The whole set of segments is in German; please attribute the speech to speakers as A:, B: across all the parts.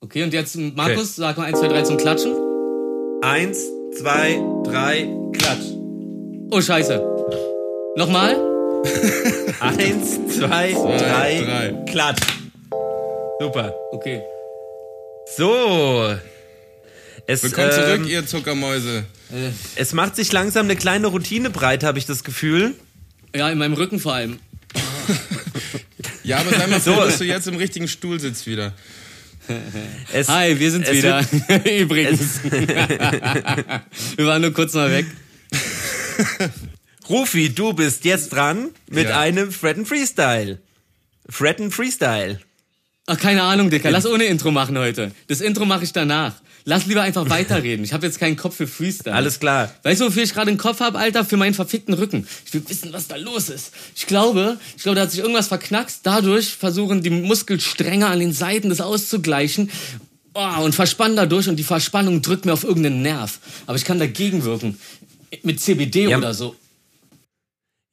A: Okay, und jetzt Markus, sag mal 1, 2, 3 zum Klatschen.
B: Eins, zwei, drei, klatsch.
A: Oh, scheiße. Nochmal?
B: Eins, zwei, drei,
C: drei.
B: klatsch. Super.
A: Okay.
B: So. Es,
C: Willkommen zurück,
B: ähm,
C: ihr Zuckermäuse.
B: es macht sich langsam eine kleine Routine breit, habe ich das Gefühl.
A: Ja, in meinem Rücken vor allem.
C: Ja, aber sei mal froh,
B: So.
C: dass du jetzt im richtigen Stuhl sitzt wieder.
B: Es,
A: Hi, wir sind's
B: es
A: wieder.
B: Wird,
A: Übrigens. wir waren nur kurz mal weg.
B: Rufi, du bist jetzt dran mit
C: Ja.
B: einem Fred and Freestyle. Fred and Freestyle.
A: Ach, keine Ahnung, Dicker. Lass ohne Intro machen heute. Das Intro mache ich danach. Lass lieber einfach weiterreden. Ich habe jetzt keinen Kopf für Freestyle.
B: Alles klar.
A: Weißt du, wofür ich gerade einen Kopf habe, Alter? Für meinen verfickten Rücken. Ich will wissen, was da los ist. Ich glaube, ich glaube, da hat sich irgendwas verknackst. Dadurch versuchen die Muskelstränge an den Seiten das auszugleichen. Oh, und verspannen dadurch und die Verspannung drückt mir auf irgendeinen Nerv. Aber ich kann dagegen wirken. Mit CBD
B: Ja.
A: oder so.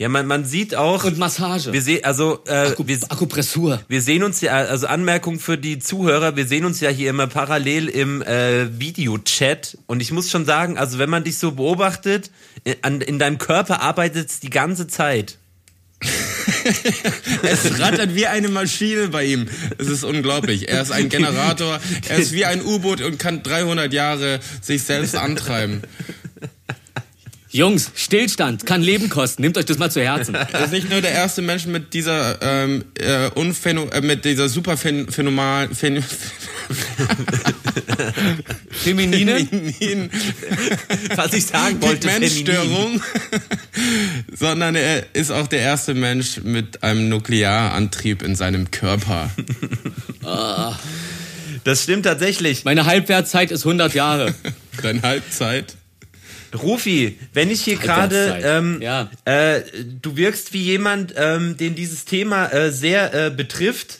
B: Ja, man, man sieht auch,
A: Und Massage.
B: wir sehen, also, äh,
A: Aku-
B: wir,
A: Akupressur.
B: wir sehen uns ja, also Anmerkung für die Zuhörer, wir sehen uns ja hier immer parallel im äh, Videochat und ich muss schon sagen, also wenn man dich so beobachtet, in, an, in deinem Körper arbeitet es die ganze Zeit.
C: Es rattert wie eine Maschine bei ihm. Es ist unglaublich. Er ist ein Generator, er ist wie ein U-Boot und kann 300 Jahre sich selbst antreiben.
A: Jungs, Stillstand kann Leben kosten. Nehmt euch das mal zu Herzen.
C: Er ist nicht nur der erste Mensch mit dieser ähm, äh, Unphäno äh, mit dieser super Phän Phänomal Phän
A: Feminine?
C: Phänomen-
B: Was ich sagen wollte, feminin.
C: Pigmentstörung, sondern er ist auch der erste Mensch mit einem Nuklearantrieb in seinem Körper.
B: Das stimmt tatsächlich.
A: Meine Halbwertzeit ist 100 Jahre.
C: Deine Halbzeit.
B: Rufi, wenn ich hier gerade,
A: Halbwertszeit.
B: ähm,
A: Ja.
B: äh, du wirkst wie jemand, ähm, den dieses Thema äh, sehr äh, betrifft.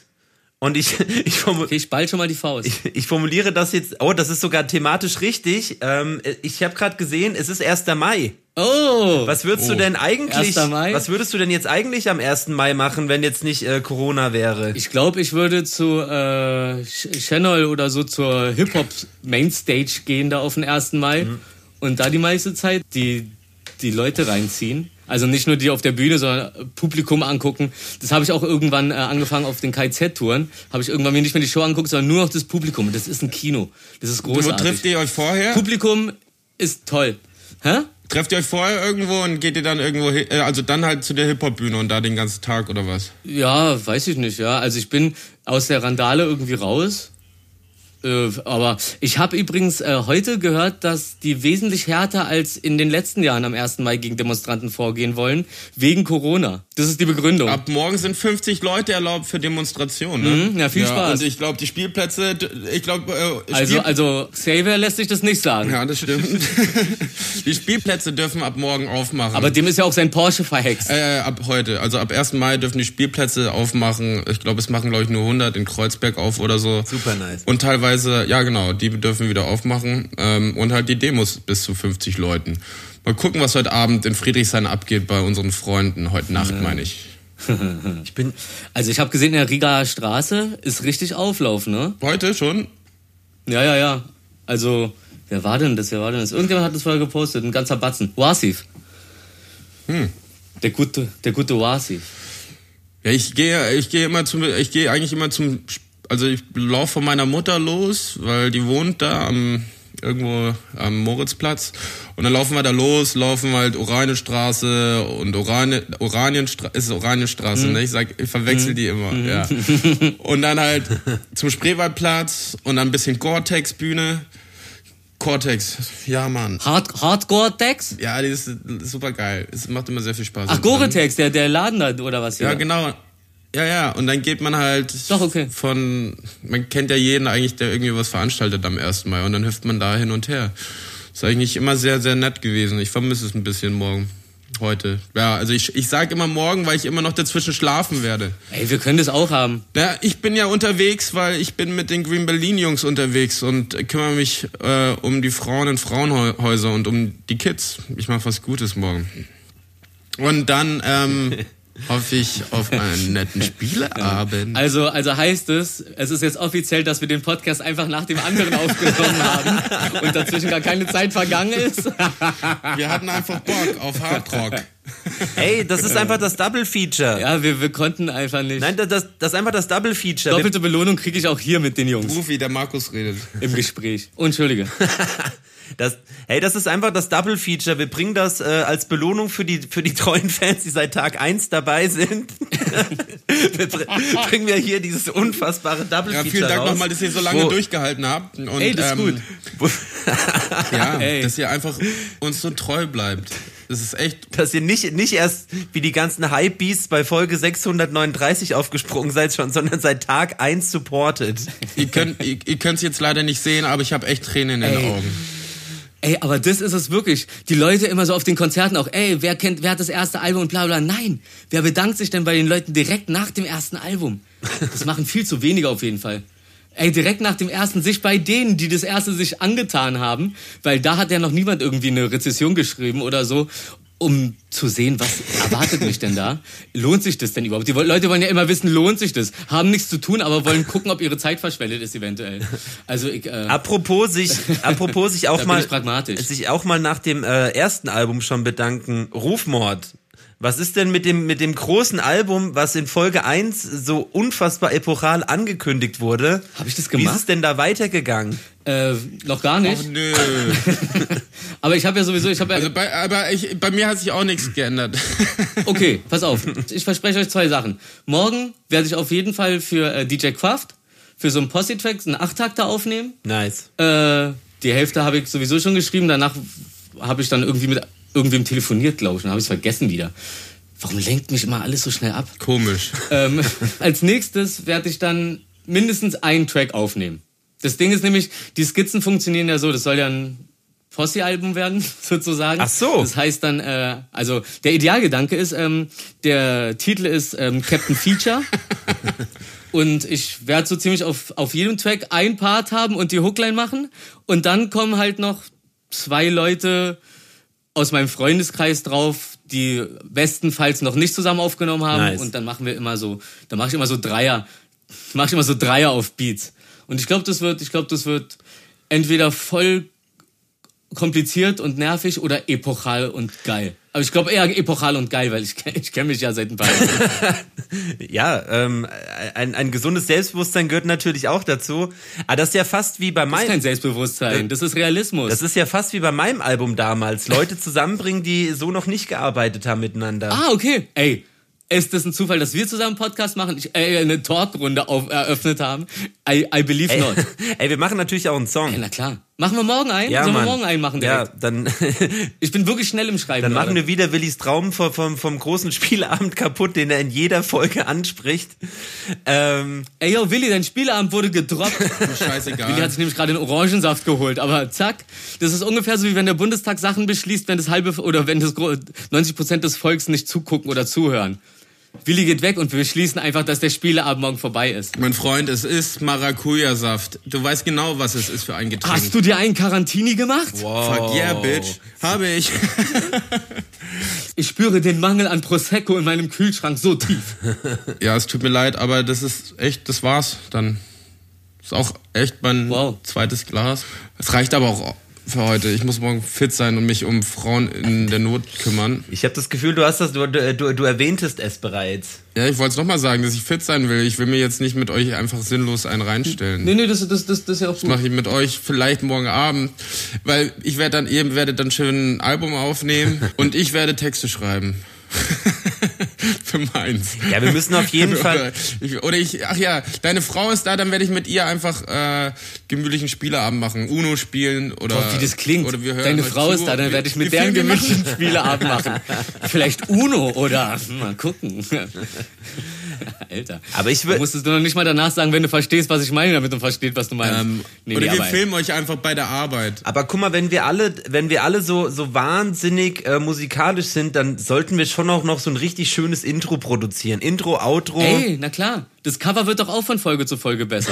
B: Und ich, ich, formu
A: Okay, ich ball schon mal die Faust.
B: ich formuliere das jetzt, oh, das ist sogar thematisch richtig. Ähm, ich habe gerade gesehen, es ist 1. Mai.
A: Oh!
B: Was würdest du
C: Oh.
B: denn eigentlich,
A: 1. Mai?
B: was würdest du denn jetzt eigentlich am 1. Mai machen, wenn jetzt nicht äh, Corona wäre?
A: Ich glaube, ich würde zu äh, Ch- Channel oder so zur Hip-Hop-Mainstage gehen, da auf den 1. Mai.
C: Mhm.
A: Und da die meiste Zeit die, die Leute reinziehen. Also nicht nur die auf der Bühne, sondern Publikum angucken. Das habe ich auch irgendwann äh, angefangen auf den KZ-Touren. Habe ich irgendwann mir nicht mehr die Show angeguckt, sondern nur noch das Publikum. Und Das ist ein Kino. Das ist
C: Wo
A: großartig.
C: trifft ihr euch vorher?
A: Publikum ist toll. Hä?
C: Trefft ihr euch vorher irgendwo und geht ihr dann irgendwo hin, äh, also dann halt zu der Hip-Hop-Bühne und da den ganzen Tag oder was?
A: Ja, weiß ich nicht, ja. Also ich bin aus der Randale irgendwie raus. Äh, aber ich habe übrigens äh, heute gehört, dass die wesentlich härter als in den letzten Jahren am 1. Mai gegen Demonstranten vorgehen wollen, wegen Corona. Das ist die Begründung.
C: Ab morgen sind 50 Leute erlaubt für Demonstrationen, ne?
A: Mhm, ja, viel Spaß.
C: Und ich glaube, die Spielplätze, d- ich glaube, äh,
A: also,
C: Spiel-
A: also Xavier lässt sich das nicht sagen.
C: ja, das stimmt. die Spielplätze dürfen ab morgen aufmachen.
A: Aber dem ist ja auch sein Porsche verhext.
C: äh, ab heute, also ab 1. Mai dürfen die Spielplätze aufmachen. Ich glaube, es machen glaube ich nur 100 in Kreuzberg auf oder so.
B: Super nice.
C: Und teilweise, ja genau, die dürfen wieder aufmachen ähm, und halt die Demos bis zu 50 Leuten. Mal gucken, was heute Abend in Friedrichshain abgeht bei unseren Freunden. Heute Nacht meine ich.
B: Ich bin,
A: Also ich habe gesehen, in der Rigaer Straße ist richtig Auflauf, ne?
C: Heute schon?
A: Ja, ja, ja. Also, wer war denn das? Wer war denn das? Irgendjemand hat das vorher gepostet, ein ganzer Batzen. Wasif. Der gute, der gute Wasif.
C: Ja, ich gehe, ich gehe immer zum, ich gehe eigentlich immer zum, also ich laufe von meiner Mutter los, weil die wohnt da am irgendwo am Moritzplatz und dann laufen wir da los, laufen halt Oranienstraße und Orani, Oranienstraße ist Oranienstraße, ne? Ich sag, ich verwechsel die immer, ja. Und dann halt zum Spreewaldplatz und dann ein bisschen Gore-Tex Bühne. Cortex, ja Mann.
A: Hard, Hardcore-Tex?
C: Ja, die ist super geil. Es macht immer sehr viel Spaß.
A: Ach, Gore-Tex, der, der Laden da, oder was?
C: Ja,
A: hier?
C: genau. Ja, ja, und dann geht man halt
A: Doch, okay.
C: von, man kennt ja jeden eigentlich, der irgendwie was veranstaltet am ersten Mal und dann hüpft man da hin und her. Ist eigentlich immer sehr, sehr nett gewesen. Ich vermisse es ein bisschen morgen, heute. Ja, also ich, ich sag immer morgen, weil ich immer noch dazwischen schlafen werde.
A: Ey, wir können das auch haben.
C: Ja, ich bin ja unterwegs, weil ich bin mit den Green Berlin Jungs unterwegs und kümmere mich äh, um die Frauen in Frauenhäuser und um die Kids. Ich mache was Gutes morgen. Und dann ähm, Hoffe ich auf einen netten Spieleabend.
A: Also, also heißt es, es ist jetzt offiziell, dass wir den Podcast einfach nach dem anderen aufgenommen haben und dazwischen gar keine Zeit vergangen ist.
C: Wir hatten einfach Bock auf Hardrock.
B: Ey, das ist einfach das Double Feature.
A: Ja, wir, wir konnten einfach nicht.
B: Nein, das, das, das ist einfach das Double Feature. Wir-
A: Doppelte Belohnung kriege ich auch hier mit den Jungs
C: Profi, der Markus redet.
A: im Gespräch. Entschuldige.
B: Das, hey, das ist einfach das Double Feature. Wir bringen das äh, als Belohnung für die, für die treuen Fans, die seit Tag 1 dabei sind. wir br bringen wir hier dieses unfassbare Double
C: Ja,
B: Feature.
C: vielen Dank
B: raus.
C: nochmal, dass ihr so lange
B: Wo-
C: durchgehalten habt. Und, ähm,
A: Ey, das ist gut.
B: ähm, wo-
C: Ja,
A: Ey.
C: dass ihr einfach uns so treu bleibt. Das ist echt
B: Dass ihr nicht, nicht erst wie die ganzen Hype-Beasts bei Folge 639 aufgesprungen seid schon, sondern seit Tag 1 supportet.
C: Ihr könnt ihr, ihr könnt's jetzt leider nicht sehen, aber ich habe echt Tränen in den
A: Ey.
C: Augen.
A: Ey, aber das ist es wirklich. Die Leute immer so auf den Konzerten auch, ey, wer kennt, wer hat das erste Album und bla bla. Nein, wer bedankt sich denn bei den Leuten direkt nach dem ersten Album? Das machen viel zu wenige auf jeden Fall. Ey, direkt nach dem ersten, sich bei denen, die das erste sich angetan haben, weil da hat ja noch niemand irgendwie eine Rezession geschrieben oder so, um zu sehen, was erwartet mich denn da? Lohnt sich das denn überhaupt? Die wo- Leute wollen ja immer wissen, lohnt sich das? Haben nichts zu tun, aber wollen gucken, ob ihre Zeit verschwendet ist eventuell. Also ich, äh,
B: Apropos sich, apropos sich auch
A: bin
B: mal,
A: ich pragmatisch.
B: sich auch mal nach dem äh, ersten Album schon bedanken. Rufmord. Was ist denn mit dem, mit dem großen Album, was in Folge 1 so unfassbar epochal angekündigt wurde?
A: Hab ich das
B: Wie
A: gemacht?
B: ist es denn da weitergegangen?
A: äh, noch gar
C: Oh,
A: nicht.
C: nö.
A: Aber ich habe ja sowieso, ich habe ja.
C: Also bei, aber ich, bei mir hat sich auch nichts geändert.
A: Okay, pass auf. Ich verspreche euch zwei Sachen. Morgen werde ich auf jeden Fall für äh, DJ Kraft, für so einen Posse-Track, einen Achttakter aufnehmen.
B: Nice.
A: Äh, die Hälfte habe ich sowieso schon geschrieben. Danach habe ich dann irgendwie mit irgendwem telefoniert, glaube ich. Dann habe ich es vergessen wieder. Warum lenkt mich immer alles so schnell ab?
C: Komisch.
A: Ähm, als nächstes werde ich dann mindestens einen Track aufnehmen. Das Ding ist nämlich, die Skizzen funktionieren ja so, das soll ja ein Posse-Album werden, sozusagen.
B: Ach so.
A: Das heißt dann, äh, also der Idealgedanke ist, ähm, der Titel ist ähm, Captain Feature. Und ich werde so ziemlich auf, auf jedem Track ein Part haben und die Hookline machen. Und dann kommen halt noch zwei Leute aus meinem Freundeskreis drauf, die bestenfalls noch nicht zusammen aufgenommen haben.
B: Nice.
A: Und dann machen wir immer so, dann mache ich immer so Dreier, mache ich immer so Dreier auf Beats. Und ich glaube, das wird, ich glaube, das wird entweder voll kompliziert und nervig oder epochal und geil. Aber ich glaube eher epochal und geil, weil ich, ich kenne mich ja seit ein paar Jahren.
B: Ja, ähm, ein, ein gesundes Selbstbewusstsein gehört natürlich auch dazu. Aber das ist ja fast wie bei
A: Das ist
B: meinem.
A: kein Selbstbewusstsein, das ist Realismus.
B: Das ist ja fast wie bei meinem Album damals. Leute zusammenbringen, die so noch nicht gearbeitet haben miteinander.
A: Ah, okay. Ey, ist das ein Zufall, dass wir zusammen einen Podcast machen? Ich, ey, eine Talkrunde auf, eröffnet haben? I, I believe
B: Ey,
A: not.
B: ey, wir machen natürlich auch einen Song.
A: Ey, na klar. Machen wir morgen einen? Sollen
B: Mann.
A: wir morgen einen machen
B: Ja,
A: direkt?
B: dann,
A: Ich bin wirklich schnell im Schreiben.
B: dann machen
A: gerade.
B: wir wieder Willis Traum vom, vom, vom großen Spielabend kaputt, den er in jeder Folge anspricht. Ähm,
A: Ey, yo, Willi, dein Spieleabend wurde gedroppt. Willi hat
C: Scheißegal.
A: sich nämlich gerade einen Orangensaft geholt, aber zack. Das ist ungefähr so, wie wenn der Bundestag Sachen beschließt, wenn das halbe oder wenn das gro- 90 Prozent des Volks nicht zugucken oder zuhören. Willi geht weg und wir beschließen einfach, dass der Spieleabend morgen vorbei ist.
C: Mein Freund, es ist Maracuja-Saft. Du weißt genau, was es ist für ein Getränk. Oh,
A: Hast du dir einen Carantini gemacht?
C: Fuck yeah, bitch. Habe ich.
A: Ich spüre den Mangel an Prosecco in meinem Kühlschrank so tief.
C: Ja, es tut mir leid, aber das ist echt, das war's dann. Ist auch echt mein
A: Wow.
C: zweites Glas. Es reicht aber auch für heute. Ich muss morgen fit sein und mich um Frauen in der Not kümmern.
B: ich habe das Gefühl, du hast das, du, du, du du erwähntest es bereits.
C: Ja, ich wollte es nochmal sagen, dass ich fit sein will. Ich will mir jetzt nicht mit euch einfach sinnlos einen reinstellen.
A: nee, das, das, das, das ist ja auch
C: mache ich mit euch vielleicht morgen Abend, weil ich werde dann eben werde dann schön ein Album aufnehmen und ich werde Texte schreiben. Für meins.
B: Ja, wir müssen auf jeden Fall.
C: Oder ich, oder ich, ach ja, deine Frau ist da, dann werde ich mit ihr einfach äh, gemütlichen Spieleabend machen, Uno spielen oder
A: Boah, wie das klingt.
C: Äh, Oder wir hören
A: Deine
C: heute
A: Frau
C: zu.
A: ist da, dann
C: Wie-
A: werde ich
C: wie
A: mit
C: viel
A: der einen
C: wir machen?
A: gemütlichen Spieleabend machen. Vielleicht Uno oder mal gucken. Alter.
B: Aber ich
A: Du
B: will.
A: musstest du noch nicht mal danach sagen, wenn du verstehst, was ich meine, damit du verstehst, was du meinst.
C: Ähm,
A: Nee,
C: oder
A: nee,
C: wir
A: aber-
C: filmen euch einfach bei der Arbeit.
B: Aber guck mal, wenn wir alle, wenn wir alle so, so wahnsinnig äh, musikalisch sind, dann sollten wir schon auch noch so ein richtig schönes Intro produzieren. Intro, Outro.
A: Ey, na klar. Das Cover wird doch auch von Folge zu Folge besser.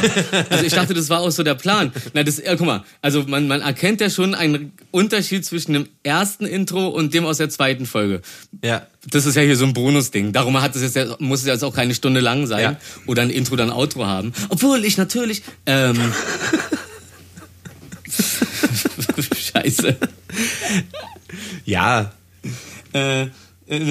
A: Also ich dachte, das war auch so der Plan. Na, das, ja, guck mal, also man, man erkennt ja schon einen Unterschied zwischen dem ersten Intro und dem aus der zweiten Folge.
B: Ja.
A: Das ist ja hier so ein Bonus-Ding. Darum hat es jetzt, ja- muss es jetzt auch keine Stunde lang sein
B: Ja.
A: oder ein Intro, dann ein Outro haben. Obwohl ich natürlich, ähm, Scheiße.
B: Ja.
A: Äh, äh,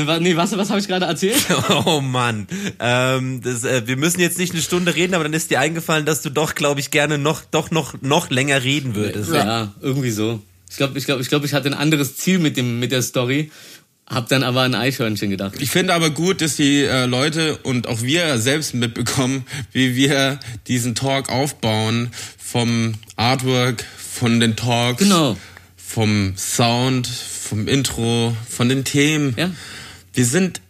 A: wa- nee, was, was habe ich gerade erzählt?
B: Oh Mann. Ähm, das, äh, wir müssen jetzt nicht eine Stunde reden, aber dann ist dir eingefallen, dass du doch, glaube ich, gerne noch, doch noch, noch länger reden würdest.
A: Ja, irgendwie so. Ich glaube, ich glaube, ich glaube, ich hatte ein anderes Ziel mit dem mit der Story, hab dann aber an Eichhörnchen gedacht.
C: Ich finde aber gut, dass die äh, Leute und auch wir selbst mitbekommen, wie wir diesen Talk aufbauen vom Artwork, von den Talks,
A: Genau.
C: vom Sound, vom Intro, von den Themen.
A: Ja.
C: Wir sind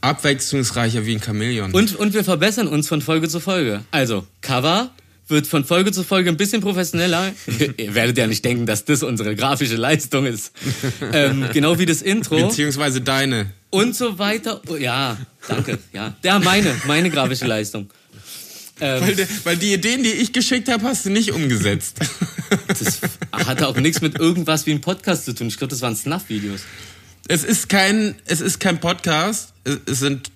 C: abwechslungsreicher wie ein Chamäleon.
A: Und und wir verbessern uns von Folge zu Folge. Also Cover wird von Folge zu Folge ein bisschen professioneller. Ihr werdet ja nicht denken, dass das unsere grafische Leistung ist. ähm, genau wie das Intro
C: Beziehungsweise deine.
A: und so weiter. Oh, ja, danke. Ja, ja, meine, meine grafische Leistung. Ähm,
C: Weil, de- weil die Ideen, die ich geschickt habe, hast du nicht umgesetzt.
A: das hatte auch nichts mit irgendwas wie einem Podcast zu tun. Ich glaube, das waren Snuff-Videos.
C: Es ist kein, es ist kein Podcast. Es, es sind,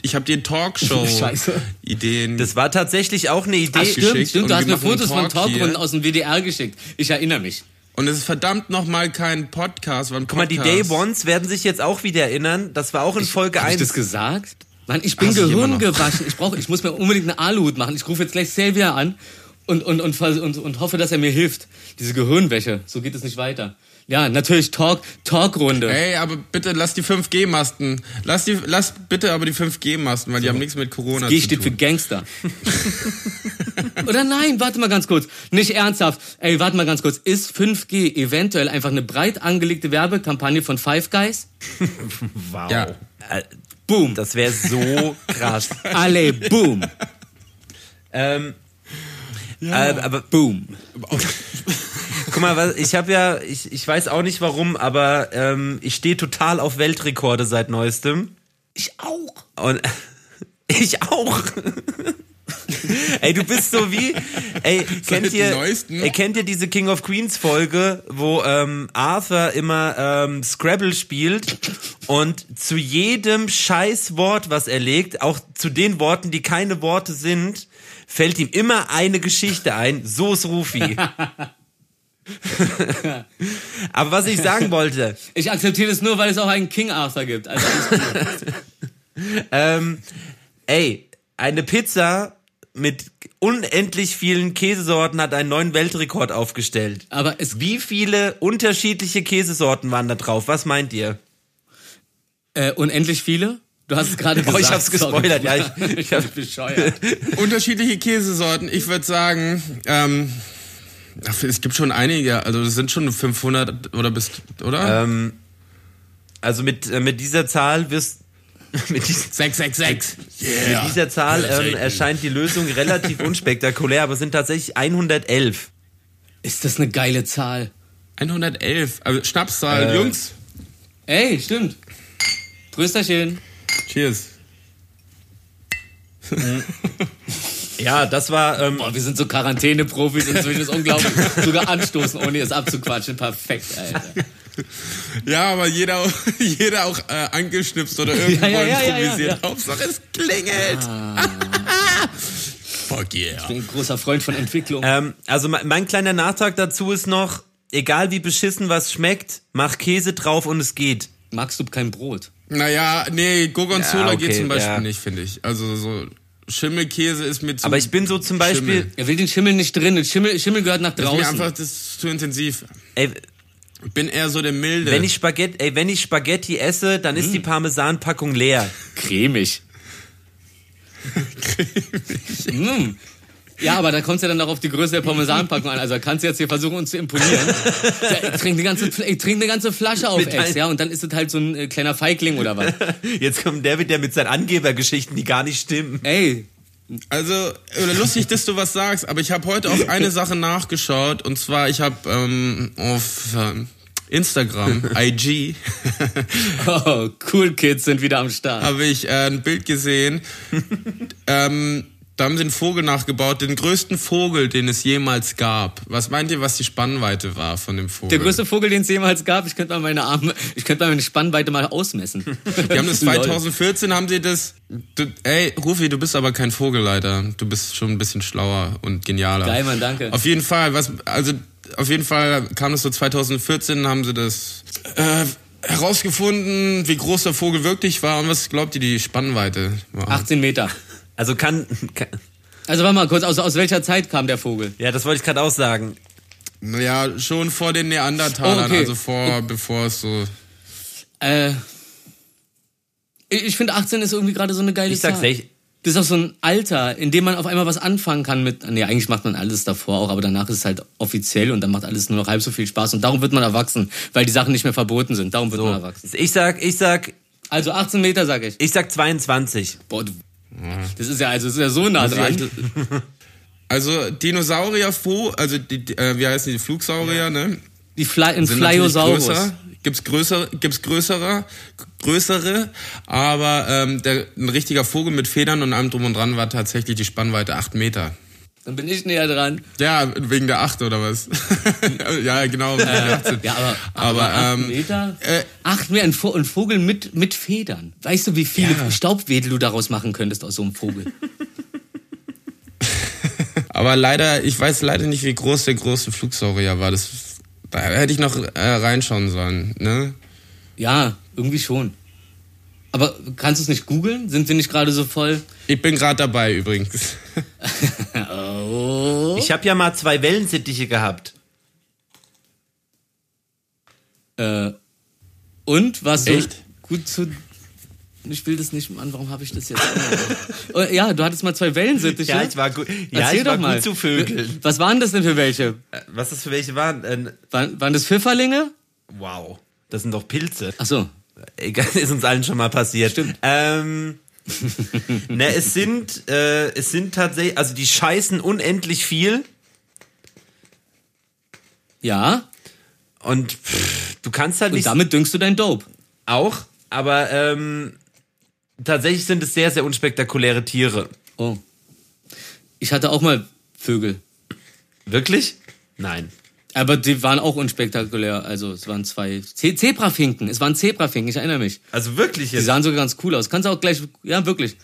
C: ich habe dir
A: Scheiße.
C: Talkshow-Ideen.
B: Das war tatsächlich auch eine Idee.
C: Ach,
A: Stimmt,
C: geschickt
A: stimmt,
C: und
A: du hast
C: wir
A: mir
C: machen einen
A: Fotos von
C: Talk hier.
A: Talkrunden aus dem WDR geschickt. Ich erinnere mich.
C: Und es ist verdammt nochmal kein Podcast, war ein
B: Guck mal,
C: Podcast.
B: die Day Ones werden sich jetzt auch wieder erinnern. Das war auch in Folge
A: Habe ich
B: 1.
A: das gesagt? Mann, ich bin
C: Hasse ich immer noch.
A: gehirngewaschen. Ich, brauche, ich muss mir unbedingt eine Aluhut machen. Ich rufe jetzt gleich Xavier an und, und, und, vers- und, und hoffe, dass er mir hilft. Diese Gehirnwäsche, so geht es nicht weiter. Ja, natürlich Talk, Talkrunde.
C: Ey, aber bitte lass die 5G-Masten. Lass, die, lass bitte aber die 5G-Masten, weil die haben nichts mit Corona
A: G
C: zu
A: steht für
C: tun.
A: Gangster. Oder nein, warte mal ganz kurz. Nicht ernsthaft. Ey, warte mal ganz kurz. Ist 5G eventuell einfach eine breit angelegte Werbekampagne von Five Guys?
B: Wow.
C: Ja.
B: Äh,
A: Boom.
B: Das wäre so krass.
A: Alle boom.
B: Ähm, äh, aber
A: Boom.
B: guck mal, was- ich habe ja, ich, ich weiß auch nicht warum, aber ähm, ich stehe total auf Weltrekorde seit neuestem.
A: Ich auch.
B: Und ich auch. ey, du bist so wie. Ey, kennt
C: den
B: ihr,
C: Neuesten?
B: ey, kennt ihr diese King of Queens Folge, wo ähm, Arthur immer ähm, Scrabble spielt und zu jedem Scheißwort, was er legt, auch zu den Worten, die keine Worte sind, fällt ihm immer eine Geschichte ein. So ist Rufi. Aber was ich sagen wollte,
A: Ich akzeptiere das nur, weil es auch einen King Arthur gibt. Also
B: Ähm, ey, eine Pizza mit unendlich vielen Käsesorten hat einen neuen Weltrekord aufgestellt.
A: aber es,
B: Wie viele unterschiedliche Käsesorten waren da drauf? Was meint ihr?
A: äh, unendlich viele? Du hast es gerade gesagt.
B: Oh, ich hab's
A: sorry.
B: gespoilert, ja, ich-
A: ich bin bescheuert.
C: Unterschiedliche Käsesorten. Ich würde sagen, ähm, ach, es gibt schon einige. Also es sind schon 500 oder bis, oder?
B: Ähm, also mit, äh, mit dieser Zahl wirst mit, dies,
C: 666.
B: mit dieser Zahl ähm, erscheint die Lösung relativ unspektakulär, aber es sind tatsächlich 111.
A: Ist das eine geile Zahl?
C: 111. Also Schnapszahl.
B: Äh.
C: Jungs,
A: Ey, stimmt. Prösterchen.
C: cheers.
B: Ja, das war ähm,
A: Boah, wir sind so Quarantäne-Profis inzwischen. Ist unglaublich. Sogar anstoßen, ohne es abzuquatschen. Perfekt, Alter.
C: Ja, aber jeder, jeder auch äh, angeschnipst oder irgendwo
A: ja, ja, ja,
C: improvisiert.
A: ja,
C: Hauptsache es klingelt.
B: Ah.
C: Fuck yeah.
A: Ich bin ein großer Freund von Entwicklung.
B: Ähm, also me- mein kleiner Nachtrag dazu ist noch, egal wie beschissen was schmeckt, mach Käse drauf und es geht.
A: Magst du kein Brot?
C: Naja, nee, Gorgonzola
B: Ja,
C: geht
B: okay,
C: zum Beispiel
B: ja.
C: nicht, finde ich. Also so Schimmelkäse ist mir zu...
B: Aber ich bin so zum Beispiel,
C: Schimmel.
A: Er will den Schimmel nicht drin. Schimmel, Schimmel gehört nach
C: Ist mir einfach
A: draußen.
C: das ist zu intensiv.
B: ey,
C: Ich bin eher so der Milde.
B: wenn ich Spaghetti, ey, wenn ich Spaghetti esse, dann ist die Parmesanpackung leer.
A: Cremig. Cremig. Hm. Ja, aber da kommt es ja dann auch auf die Größe der Parmesanpackung an. Also kannst du jetzt hier versuchen, uns zu imponieren. Ja, ich trinke eine ganze, Fl- ich trinke eine ganze Flasche auf
B: Mit
A: Ex,
B: ein-
A: ja, und dann ist es halt so ein äh, kleiner Feigling oder was.
B: Jetzt kommt David ja mit seinen Angebergeschichten, die gar nicht stimmen.
A: Ey,
C: Also, oder lustig, dass du was sagst, aber ich habe heute auf eine Sache nachgeschaut und zwar, ich habe ähm, auf ähm, Instagram, IG,
A: Oh, cool Kids sind wieder am Start.
C: habe ich äh, ein Bild gesehen. ähm, da haben sie einen Vogel nachgebaut, den größten Vogel, den es jemals gab. Was meint ihr, was die Spannweite war von dem Vogel?
A: Der größte Vogel, den es jemals gab. Ich könnte mal meine Arme, ich könnte mal meine Spannweite mal ausmessen.
C: Die haben das 2014, haben sie das. Du, ey, Rufi, du bist aber kein Vogel leider. Du bist schon ein bisschen schlauer und genialer.
A: Geil, Mann, danke.
C: Auf jeden Fall, was, also, auf jeden Fall kam das so 2014, haben sie das äh, herausgefunden, wie groß der Vogel wirklich war und was glaubt ihr die Spannweite? War.
A: 18 Meter.
B: Also kann, kann
A: Also warte mal kurz, aus, aus welcher Zeit kam der Vogel?
B: ja, das wollte ich gerade aussagen.
C: Ja, schon vor den Neandertalern,
A: Oh, okay.
C: also vor, bevor es so.
A: Äh, ich ich finde 18 ist irgendwie gerade so eine geile
B: Ich sag's
A: Zahl.
B: echt.
A: Das ist auch so ein Alter, in dem man auf einmal was anfangen kann mit. Nee, eigentlich macht man alles davor auch, aber danach ist es halt offiziell und dann macht alles nur noch halb so viel Spaß und darum wird man erwachsen, weil die Sachen nicht mehr verboten sind. Darum wird man
B: So.
A: erwachsen.
B: Ich sag, ich sag,
A: Also 18 Meter sag ich.
B: ich sag 22.
A: Boah, du, das ist ja also das ist ja so nah dran.
C: Also, also Dinosaurier, Vo- also die, die, äh, wie heißen die Flugsaurier, ne?
A: Die Fly, ein
C: sind natürlich
A: Flyosaurus.
C: größer. Gibt's größere, gibt's größere, größere, aber ähm, der, ein richtiger Vogel mit Federn und allem drum und dran war tatsächlich die Spannweite 8 Meter.
A: Dann bin ich näher dran.
C: Ja, wegen der 8 oder was? ja, genau, wegen der 18.
A: Ja, aber,
C: Aber,
A: acht
C: ähm,
A: Meter?
C: äh,
A: acht Meter, ein, Vo ein Vogel mit, mit Federn. Weißt du, wie viele Staubwedel du daraus machen könntest aus so einem Vogel?
C: Aber leider, ich weiß leider nicht, wie groß der große Flugsaurier war. Das, da hätte ich noch äh, reinschauen sollen, ne?
A: ja, irgendwie schon. Aber kannst du es nicht googeln? Sind wir nicht gerade so voll?
C: Ich bin gerade dabei übrigens.
A: oh.
B: Ich habe ja mal zwei Wellensittiche gehabt.
A: äh, und was so
C: Echt?
A: gut zu. Ich will das nicht machen. Warum habe ich das jetzt? Oh, ja, du hattest mal zwei Wellensittiche.
B: Ja, ich war gut. Ja,
A: Erzähl
B: ich
A: doch
B: war
A: mal.
B: gut zu Vögeln.
A: Was waren das denn für welche?
B: Äh, Was das für welche waren? Äh,
A: Waren, waren das Pfifferlinge?
B: wow, das sind doch Pilze.
A: Ach so.
B: Egal, ist uns allen schon mal passiert.
A: Stimmt.
B: Ähm, ne, es sind, äh, es sind tatsächlich, also die scheißen unendlich viel
A: Ja.
B: und pff, du kannst halt
A: Und
B: nicht
A: damit düngst du dein Dope.
B: auch, aber ähm, tatsächlich sind es sehr, sehr unspektakuläre Tiere.
A: Oh. Ich hatte auch mal Vögel.
B: Wirklich? Nein.
A: Aber die waren auch unspektakulär. Also es waren zwei Ze Zebrafinken. Es waren Zebrafinken, ich erinnere mich.
B: Also wirklich
A: Die
B: jetzt.
A: sahen sogar ganz cool aus. Kannst du auch gleich. Ja, wirklich.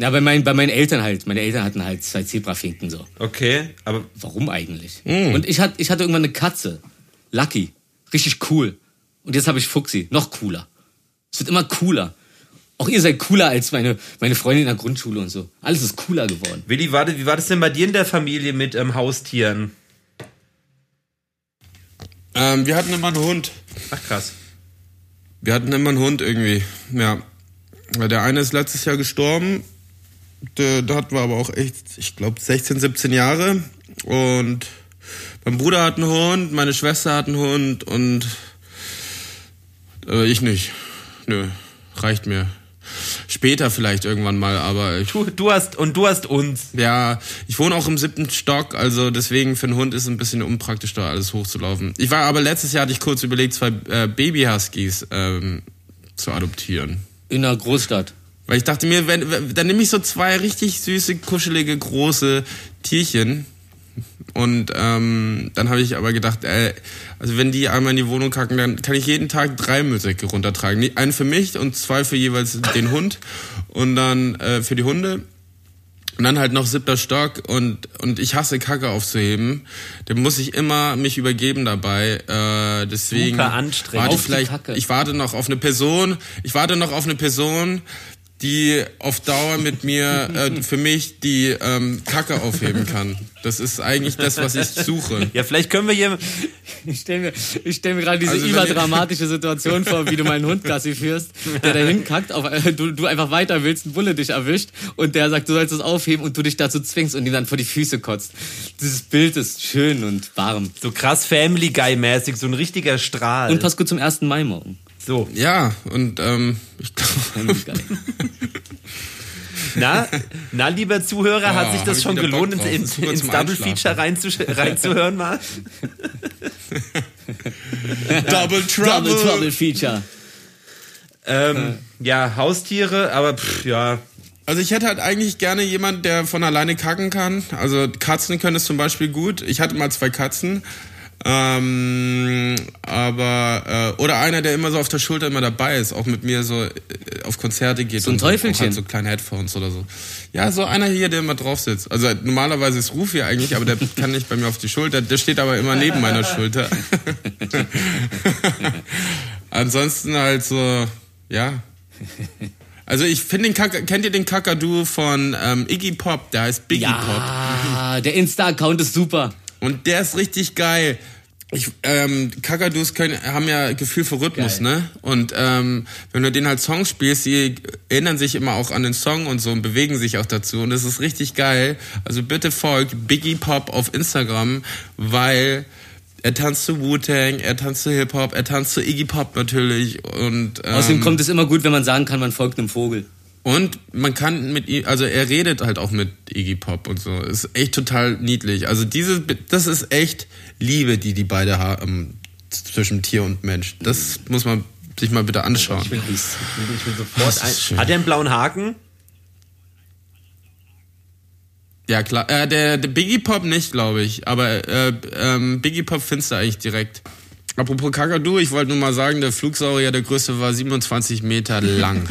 A: Ja, bei meinen, bei meinen Eltern halt. Meine Eltern hatten halt zwei Zebrafinken so.
B: Okay, aber
A: Warum eigentlich? Und ich hatte, ich hatte irgendwann eine Katze. Lucky. Richtig cool. Und jetzt habe ich Fuxi. Noch cooler. Es wird immer cooler. Auch ihr seid cooler als meine, meine Freundin in der Grundschule und so. Alles ist cooler geworden.
B: Willi, warte, wie war das denn bei dir in der Familie mit ähm, Haustieren?
C: Ähm, wir hatten immer einen Hund.
B: Ach krass.
C: Wir hatten immer einen Hund irgendwie. Ja. Weil Der eine ist letztes Jahr gestorben. Der, der hat war aber auch echt, ich glaube, 16, 17 Jahre. Und mein Bruder hat einen Hund, meine Schwester hat einen Hund und äh, ich nicht. Nö, reicht mir. Später vielleicht irgendwann mal, aber ich,
B: Du, du hast und du hast uns.
C: ja, ich wohne auch im siebten Stock, also deswegen für einen Hund ist es ein bisschen unpraktisch, da alles hochzulaufen. Ich war aber letztes Jahr hatte ich kurz überlegt, zwei äh, Baby-Huskies ähm, zu adoptieren.
A: In einer Großstadt.
C: Weil ich dachte mir, wenn, wenn, dann nehme ich so zwei richtig süße, kuschelige, große Tierchen. Und ähm, dann habe ich aber gedacht, ey, also wenn die einmal in die Wohnung kacken, dann kann ich jeden Tag drei Müllsäcke runtertragen. Nee, Einen für mich und zwei für jeweils den Hund und dann äh, für die Hunde. Und dann halt noch siebter Stock und, und ich hasse Kacke aufzuheben. Dann muss ich immer mich übergeben dabei. Äh, deswegen
B: Super anstrengend.
C: warte
A: Auf die
C: vielleicht,
A: Kacke.
C: ich warte noch auf eine Person, ich warte noch auf eine Person, die auf Dauer mit mir, äh, für mich die ähm, Kacke aufheben kann. Das ist eigentlich das, was ich suche.
B: Ja, vielleicht können wir hier.
A: Ich stelle mir, ich stell mir gerade diese
C: Also wenn ihr-
A: überdramatische Situation vor, wie du meinen Hund Gassi führst, der da hinkackt, auf, äh, du, du einfach weiter willst, ein Bulle dich erwischt und der sagt, du sollst es aufheben und du dich dazu zwingst und ihm dann vor die Füße kotzt. Dieses Bild ist schön und warm.
B: So krass Family Guy-mäßig, so ein richtiger Strahl.
A: Und passt gut zum 1. Mai morgen.
B: so.
C: Ja, und ähm, ich
A: Finde
C: glaube,
A: ich geil.
B: Na, na, lieber Zuhörer,
C: Ah,
B: hat sich das
C: hab ich
B: schon
C: wieder
B: gelohnt,
C: Bock drauf.
B: ins,
C: Super
B: ins
C: zum
B: Double
C: Einschlafen.
B: Feature reinzusch- reinzuhören mal?
C: Double Trouble.
A: Double Trouble Feature.
B: Ähm, ja, Haustiere, aber pff, ja.
C: Also ich hätte halt eigentlich gerne jemand, der von alleine kacken kann. Also Katzen können es zum Beispiel gut. Ich hatte mal zwei Katzen. Ähm, aber äh, oder einer, der immer so auf der Schulter immer dabei ist, auch mit mir so äh, auf Konzerte geht
A: So ein
C: und auch
A: Teufelchen.
C: Hat so kleine Headphones oder so. Ja, so einer hier, der immer drauf sitzt. Also normalerweise ist Rufi eigentlich, aber der kann nicht bei mir auf die Schulter. Der steht aber immer neben meiner Schulter. Ansonsten halt so, ja. Also ich finde den Kaka, kennt ihr den Kakadu von ähm, Iggy Pop? Der heißt Biggie Pop.
A: Ja, der Insta-Account ist super.
C: Und der ist richtig geil. Ich, ähm, Kakadus können, haben ja Gefühl für Rhythmus,
A: Geil.
C: ne? Und ähm, wenn du denen halt Songs spielst, die erinnern sich immer auch an den Song und so und bewegen sich auch dazu. Und das ist richtig geil. Also bitte folgt Biggie Pop auf Instagram, weil er tanzt zu Wu-Tang, er tanzt zu Hip-Hop, er tanzt zu Iggy Pop natürlich. Und, ähm,
A: Außerdem kommt es immer gut, wenn man sagen kann, man folgt einem Vogel.
C: und man kann mit ihm, also er redet halt auch mit Iggy Pop und so. Ist echt total niedlich. Also diese, das ist echt Liebe, die die beide haben zwischen Tier und Mensch. Das muss man sich mal bitte anschauen.
B: Ich will, ich will, ich will sofort
C: Das ist schön.
B: ein, Hat er einen blauen Haken?
C: Ja klar, äh, der, der Biggie Pop nicht, glaube ich. Aber äh, ähm, Biggie Pop findest du eigentlich direkt. Apropos Kakadu, ich wollte nur mal sagen, der Flugsaurier der Größe war 27 Meter lang.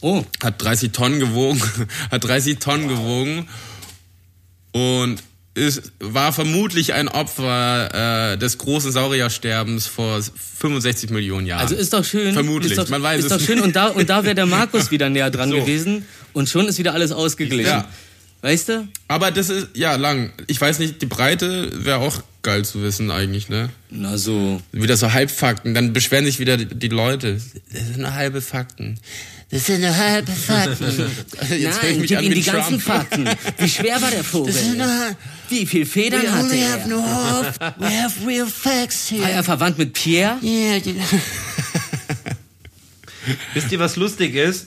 A: Oh,
C: hat 30 Tonnen gewogen, hat 30 Tonnen gewogen und ist, war vermutlich ein Opfer äh, des großen Sauriersterbens vor 65 Millionen Jahren.
A: also ist doch schön.
C: Vermutlich,
A: ist doch,
C: man weiß
A: ist
C: es
A: doch schön.
C: nicht.
A: Und da, und da wäre der Markus wieder näher dran
C: So.
A: gewesen. Und schon ist wieder alles ausgeglichen.
C: Ja.
A: Weißt du?
C: Aber das ist, ja, lang. Ich weiß nicht, die Breite wäre auch geil zu wissen eigentlich, ne?
A: Na so.
C: Wieder so Halbfakten, dann beschweren sich wieder die, die Leute. Das sind nur halbe Fakten. Das sind nur halbe Fakten. Jetzt höre ich
A: Nein,
C: mich
A: gib
C: an
A: ihm
C: wie
A: die ganzen
C: Trump.
A: Fakten. Wie schwer war der
C: Das sind
A: Vogel?
C: nur...
A: Wie viel Federn hatte er?
C: no hope. We have real facts
A: War er verwandt mit Pierre?
C: Yeah,
B: Wisst ihr, was lustig ist?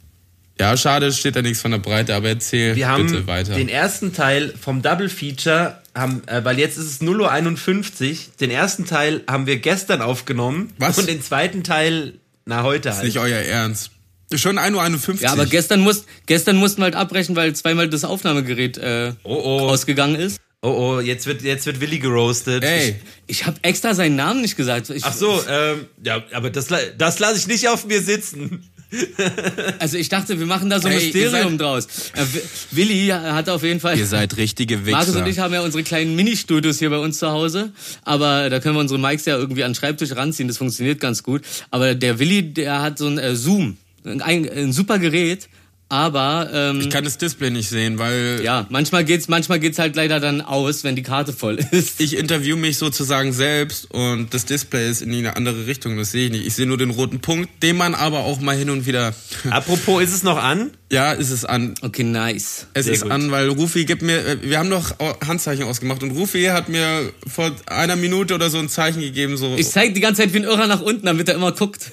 C: Ja, schade, steht da nichts von der Breite, aber erzähl
B: Wir haben
C: bitte weiter.
B: den ersten Teil vom Double Feature, haben, äh, weil jetzt ist es 0.51 Uhr, den ersten Teil haben wir gestern aufgenommen.
C: Was?
B: Und den zweiten Teil, na heute halt.
C: Nicht euer Ernst. Schon 1.51 Uhr.
A: Ja, aber gestern, musst, gestern mussten wir halt abbrechen, weil zweimal das Aufnahmegerät äh,
B: Oh, oh.
A: ausgegangen ist.
B: Oh oh, jetzt wird, jetzt wird Willi geroastet.
C: Ey,
A: Ich habe extra seinen Namen nicht gesagt. Ich,
B: Ach so, ähm, ja, aber das, la- das lasse ich nicht auf mir sitzen.
A: Also ich dachte, wir machen da so ein
C: Ey, ihr
A: Mysterium
C: seid-
A: draus. Äh, Wi- Willi hat auf jeden Fall...
C: ihr seid richtige Wichser.
A: Markus und ich haben ja unsere kleinen Mini-Studios hier bei uns zu Hause, aber da können wir unsere Mics ja irgendwie an den Schreibtisch ranziehen, das funktioniert ganz gut. Aber der Willi, der hat so ein äh, Zoom, ein, ein, ein super Gerät, aber ähm,
C: ich kann das Display nicht sehen, weil
A: ja, manchmal geht's, manchmal geht's halt leider dann aus, wenn die Karte voll ist.
C: ich interview mich sozusagen selbst und das Display ist in eine andere Richtung, das sehe ich nicht. Ich sehe nur den roten Punkt, den man aber auch mal hin und wieder...
B: Apropos, ist es noch an?
C: ja, ist es an.
A: Okay, nice.
C: Es
B: Sehr
C: ist
B: gut.
C: an, weil Rufi gibt mir, äh, wir haben doch Au- Handzeichen ausgemacht und Rufi hat mir vor einer Minute oder so ein Zeichen gegeben, so.
A: Ich zeig die ganze Zeit wie ein Irrer nach unten, damit er immer guckt.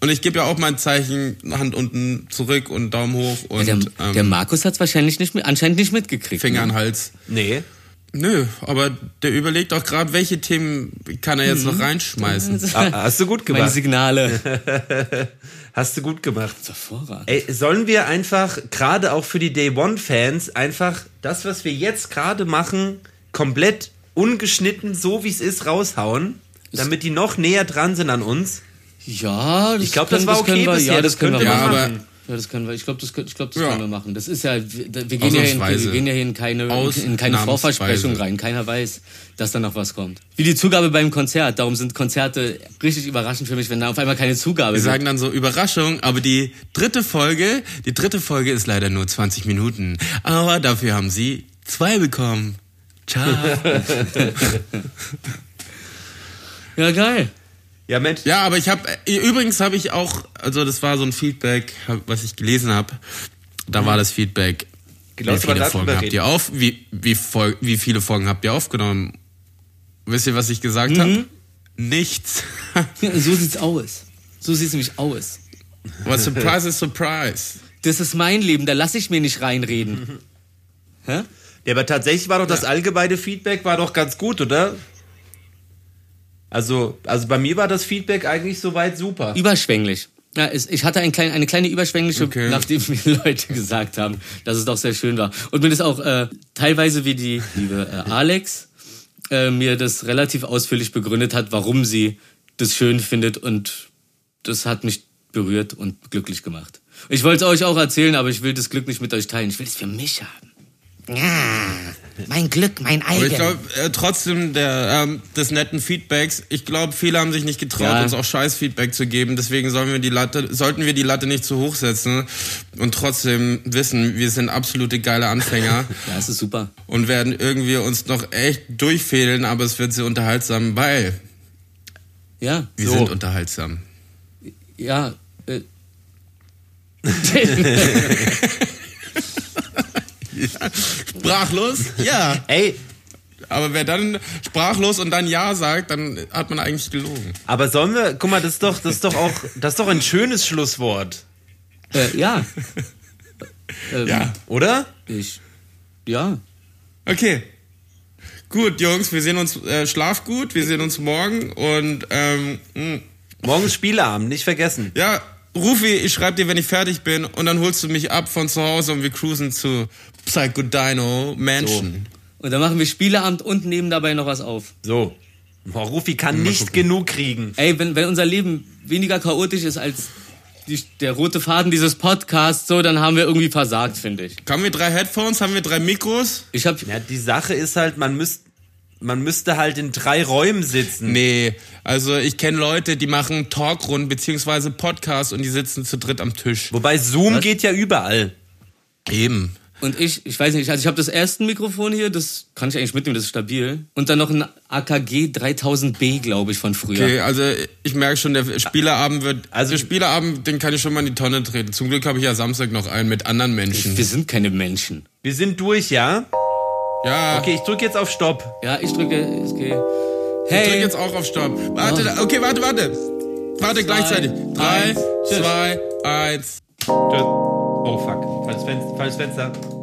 C: und ich gebe ja auch mein Zeichen, Hand unten zurück und Daumen hoch und
A: Der, der
C: ähm,
A: Markus hat's wahrscheinlich nicht, mit- anscheinend nicht mitgekriegt.
C: Finger
A: ne?
C: an den Hals.
B: Nee.
C: Nö, aber der überlegt auch gerade, welche Themen kann er
A: Mhm.
C: jetzt noch reinschmeißen.
B: Ah, hast du gut
A: Meine
B: gemacht.
A: Signale.
B: Hast du gut gemacht.
A: Hervorragend.
B: Ey, sollen wir einfach, gerade auch für die Day One-Fans, einfach das, was wir jetzt gerade machen, komplett ungeschnitten, so wie es ist, raushauen, damit die noch näher dran sind an uns?
A: Ja, das
B: Ich glaub, das
A: können-
B: war okay
A: können wir,
B: bisher,
A: Ja,
B: das
A: das können wir
B: könnte
C: man
A: machen.
C: machen.
A: ja, das können wir. Ich glaube, das, können- ich glaub, das
C: Ja.
A: können wir machen. Das ist ja, wir, wir gehen ja in,
C: Ausnahmsweise.
A: wir gehen ja hier in keine, in keine
C: Ausnahmsweise.
A: Vorversprechung rein. Keiner weiß, dass da noch was kommt. Wie die Zugabe beim Konzert. Darum sind Konzerte richtig überraschend für mich, wenn da auf einmal keine Zugabe
C: Wir
A: ist.
C: sagen dann so Überraschung, aber die dritte Folge, die dritte Folge ist leider nur 20 Minuten. Aber dafür haben sie zwei bekommen. Ciao.
A: Ja, geil.
B: Ja, Mensch.
C: Ja, aber ich habe übrigens habe ich auch, also das war so ein Feedback, hab- was ich gelesen habe. Da war das Feedback.
B: Lass
C: wie
B: mal
C: viele
B: darüber
C: Folgen
B: reden.
C: habt ihr auf? Wie, wie, Fol wie viele Folgen habt ihr aufgenommen? Wisst ihr, was ich gesagt habe? Nichts.
A: So sieht's aus. So sieht's nämlich aus.
C: Was Surprise ist Surprise.
A: Das ist mein Leben, da lasse ich mir nicht reinreden. Hä?
B: Ja, aber tatsächlich war doch das allgemeine Feedback war doch ganz gut, oder? Also, also bei mir war das Feedback eigentlich soweit super.
A: Überschwänglich. Ja, es, ich hatte ein klein, eine kleine überschwängliche,
C: Okay.
A: nachdem mir Leute gesagt haben, dass es doch sehr schön war. Und mir das auch äh, teilweise, wie die liebe äh, Alex äh, mir das relativ ausführlich begründet hat, warum sie das schön findet. Und das hat mich berührt und glücklich gemacht. Ich wollte es euch auch erzählen, aber ich will das Glück nicht mit euch teilen. Ich will es für mich haben.
D: Mein Glück, mein
C: Aber ich
D: eigen.
C: glaube, äh, trotzdem der, ähm, des netten Feedbacks, ich glaube, viele haben sich nicht getraut,
A: Ja.
C: uns auch scheiß Feedback zu geben. Deswegen sollen wir die Latte, sollten wir die Latte nicht zu hoch setzen und trotzdem wissen, wir sind absolute geile Anfänger
A: Ja, es ist super.
C: und werden irgendwie uns noch echt durchfädeln, aber es wird sehr unterhaltsam, weil
A: Ja,
C: wir sind unterhaltsam.
A: ja. Äh.
C: Sprachlos? Ja.
B: Ey,
C: Aber wer dann sprachlos und dann Ja sagt, dann hat man eigentlich gelogen.
B: aber sollen wir, guck mal, das ist doch, das ist doch auch, das ist doch ein schönes Schlusswort,
A: äh, ja. Ähm,
C: Ja.
B: oder?
A: Ich. Ja.
C: Okay. Gut, Jungs, wir sehen uns, äh, schlaf gut, wir sehen uns morgen und ähm, mh,
B: Morgen ist Spieleabend, nicht vergessen.
C: ja, Rufi, ich schreib dir, wenn ich fertig bin und dann holst du mich ab von zu Hause und wir cruisen zu Psycho Dino Mansion.
A: Und dann machen wir Spieleabend und nehmen dabei noch was auf.
B: So. Boah, Rufi kann nicht genug kriegen.
A: Ey, wenn, wenn unser Leben weniger chaotisch ist als die, der rote Faden dieses Podcasts, so, dann haben wir irgendwie versagt, finde ich.
C: Haben wir drei Headphones, haben wir drei Mikros?
A: Ich hab,
B: Ja, die Sache ist halt, man müsste, man müsste halt in drei Räumen sitzen.
C: Nee, also ich kenne Leute, die machen Talkrunden beziehungsweise Podcasts und die sitzen zu dritt am Tisch.
B: Wobei Zoom geht ja überall.
C: Eben.
A: und ich, ich weiß nicht, also ich habe das erste Mikrofon hier, das kann ich eigentlich mitnehmen, das ist stabil. Und dann noch ein AKG 3000B, glaube ich, von früher.
C: Okay, also ich merke schon, der Spielerabend wird.
B: Also-
C: Also der Spielerabend, den kann ich schon mal in die Tonne treten. Zum Glück habe ich ja Samstag noch einen mit anderen Menschen.
A: Wir sind keine Menschen.
B: Wir sind durch, ja?
C: Ja.
B: Okay, ich drücke jetzt auf Stopp.
A: Ja, ich drücke, es geht.
C: Ich drück
A: Hey,
C: jetzt auch auf Stopp. Warte, da- okay, warte, warte. Warte gleichzeitig. Drei,
A: eins, tschüss.
C: zwei, eins.
B: Tschüss. Oh fuck, falsches Fenster. Falsches Fenster.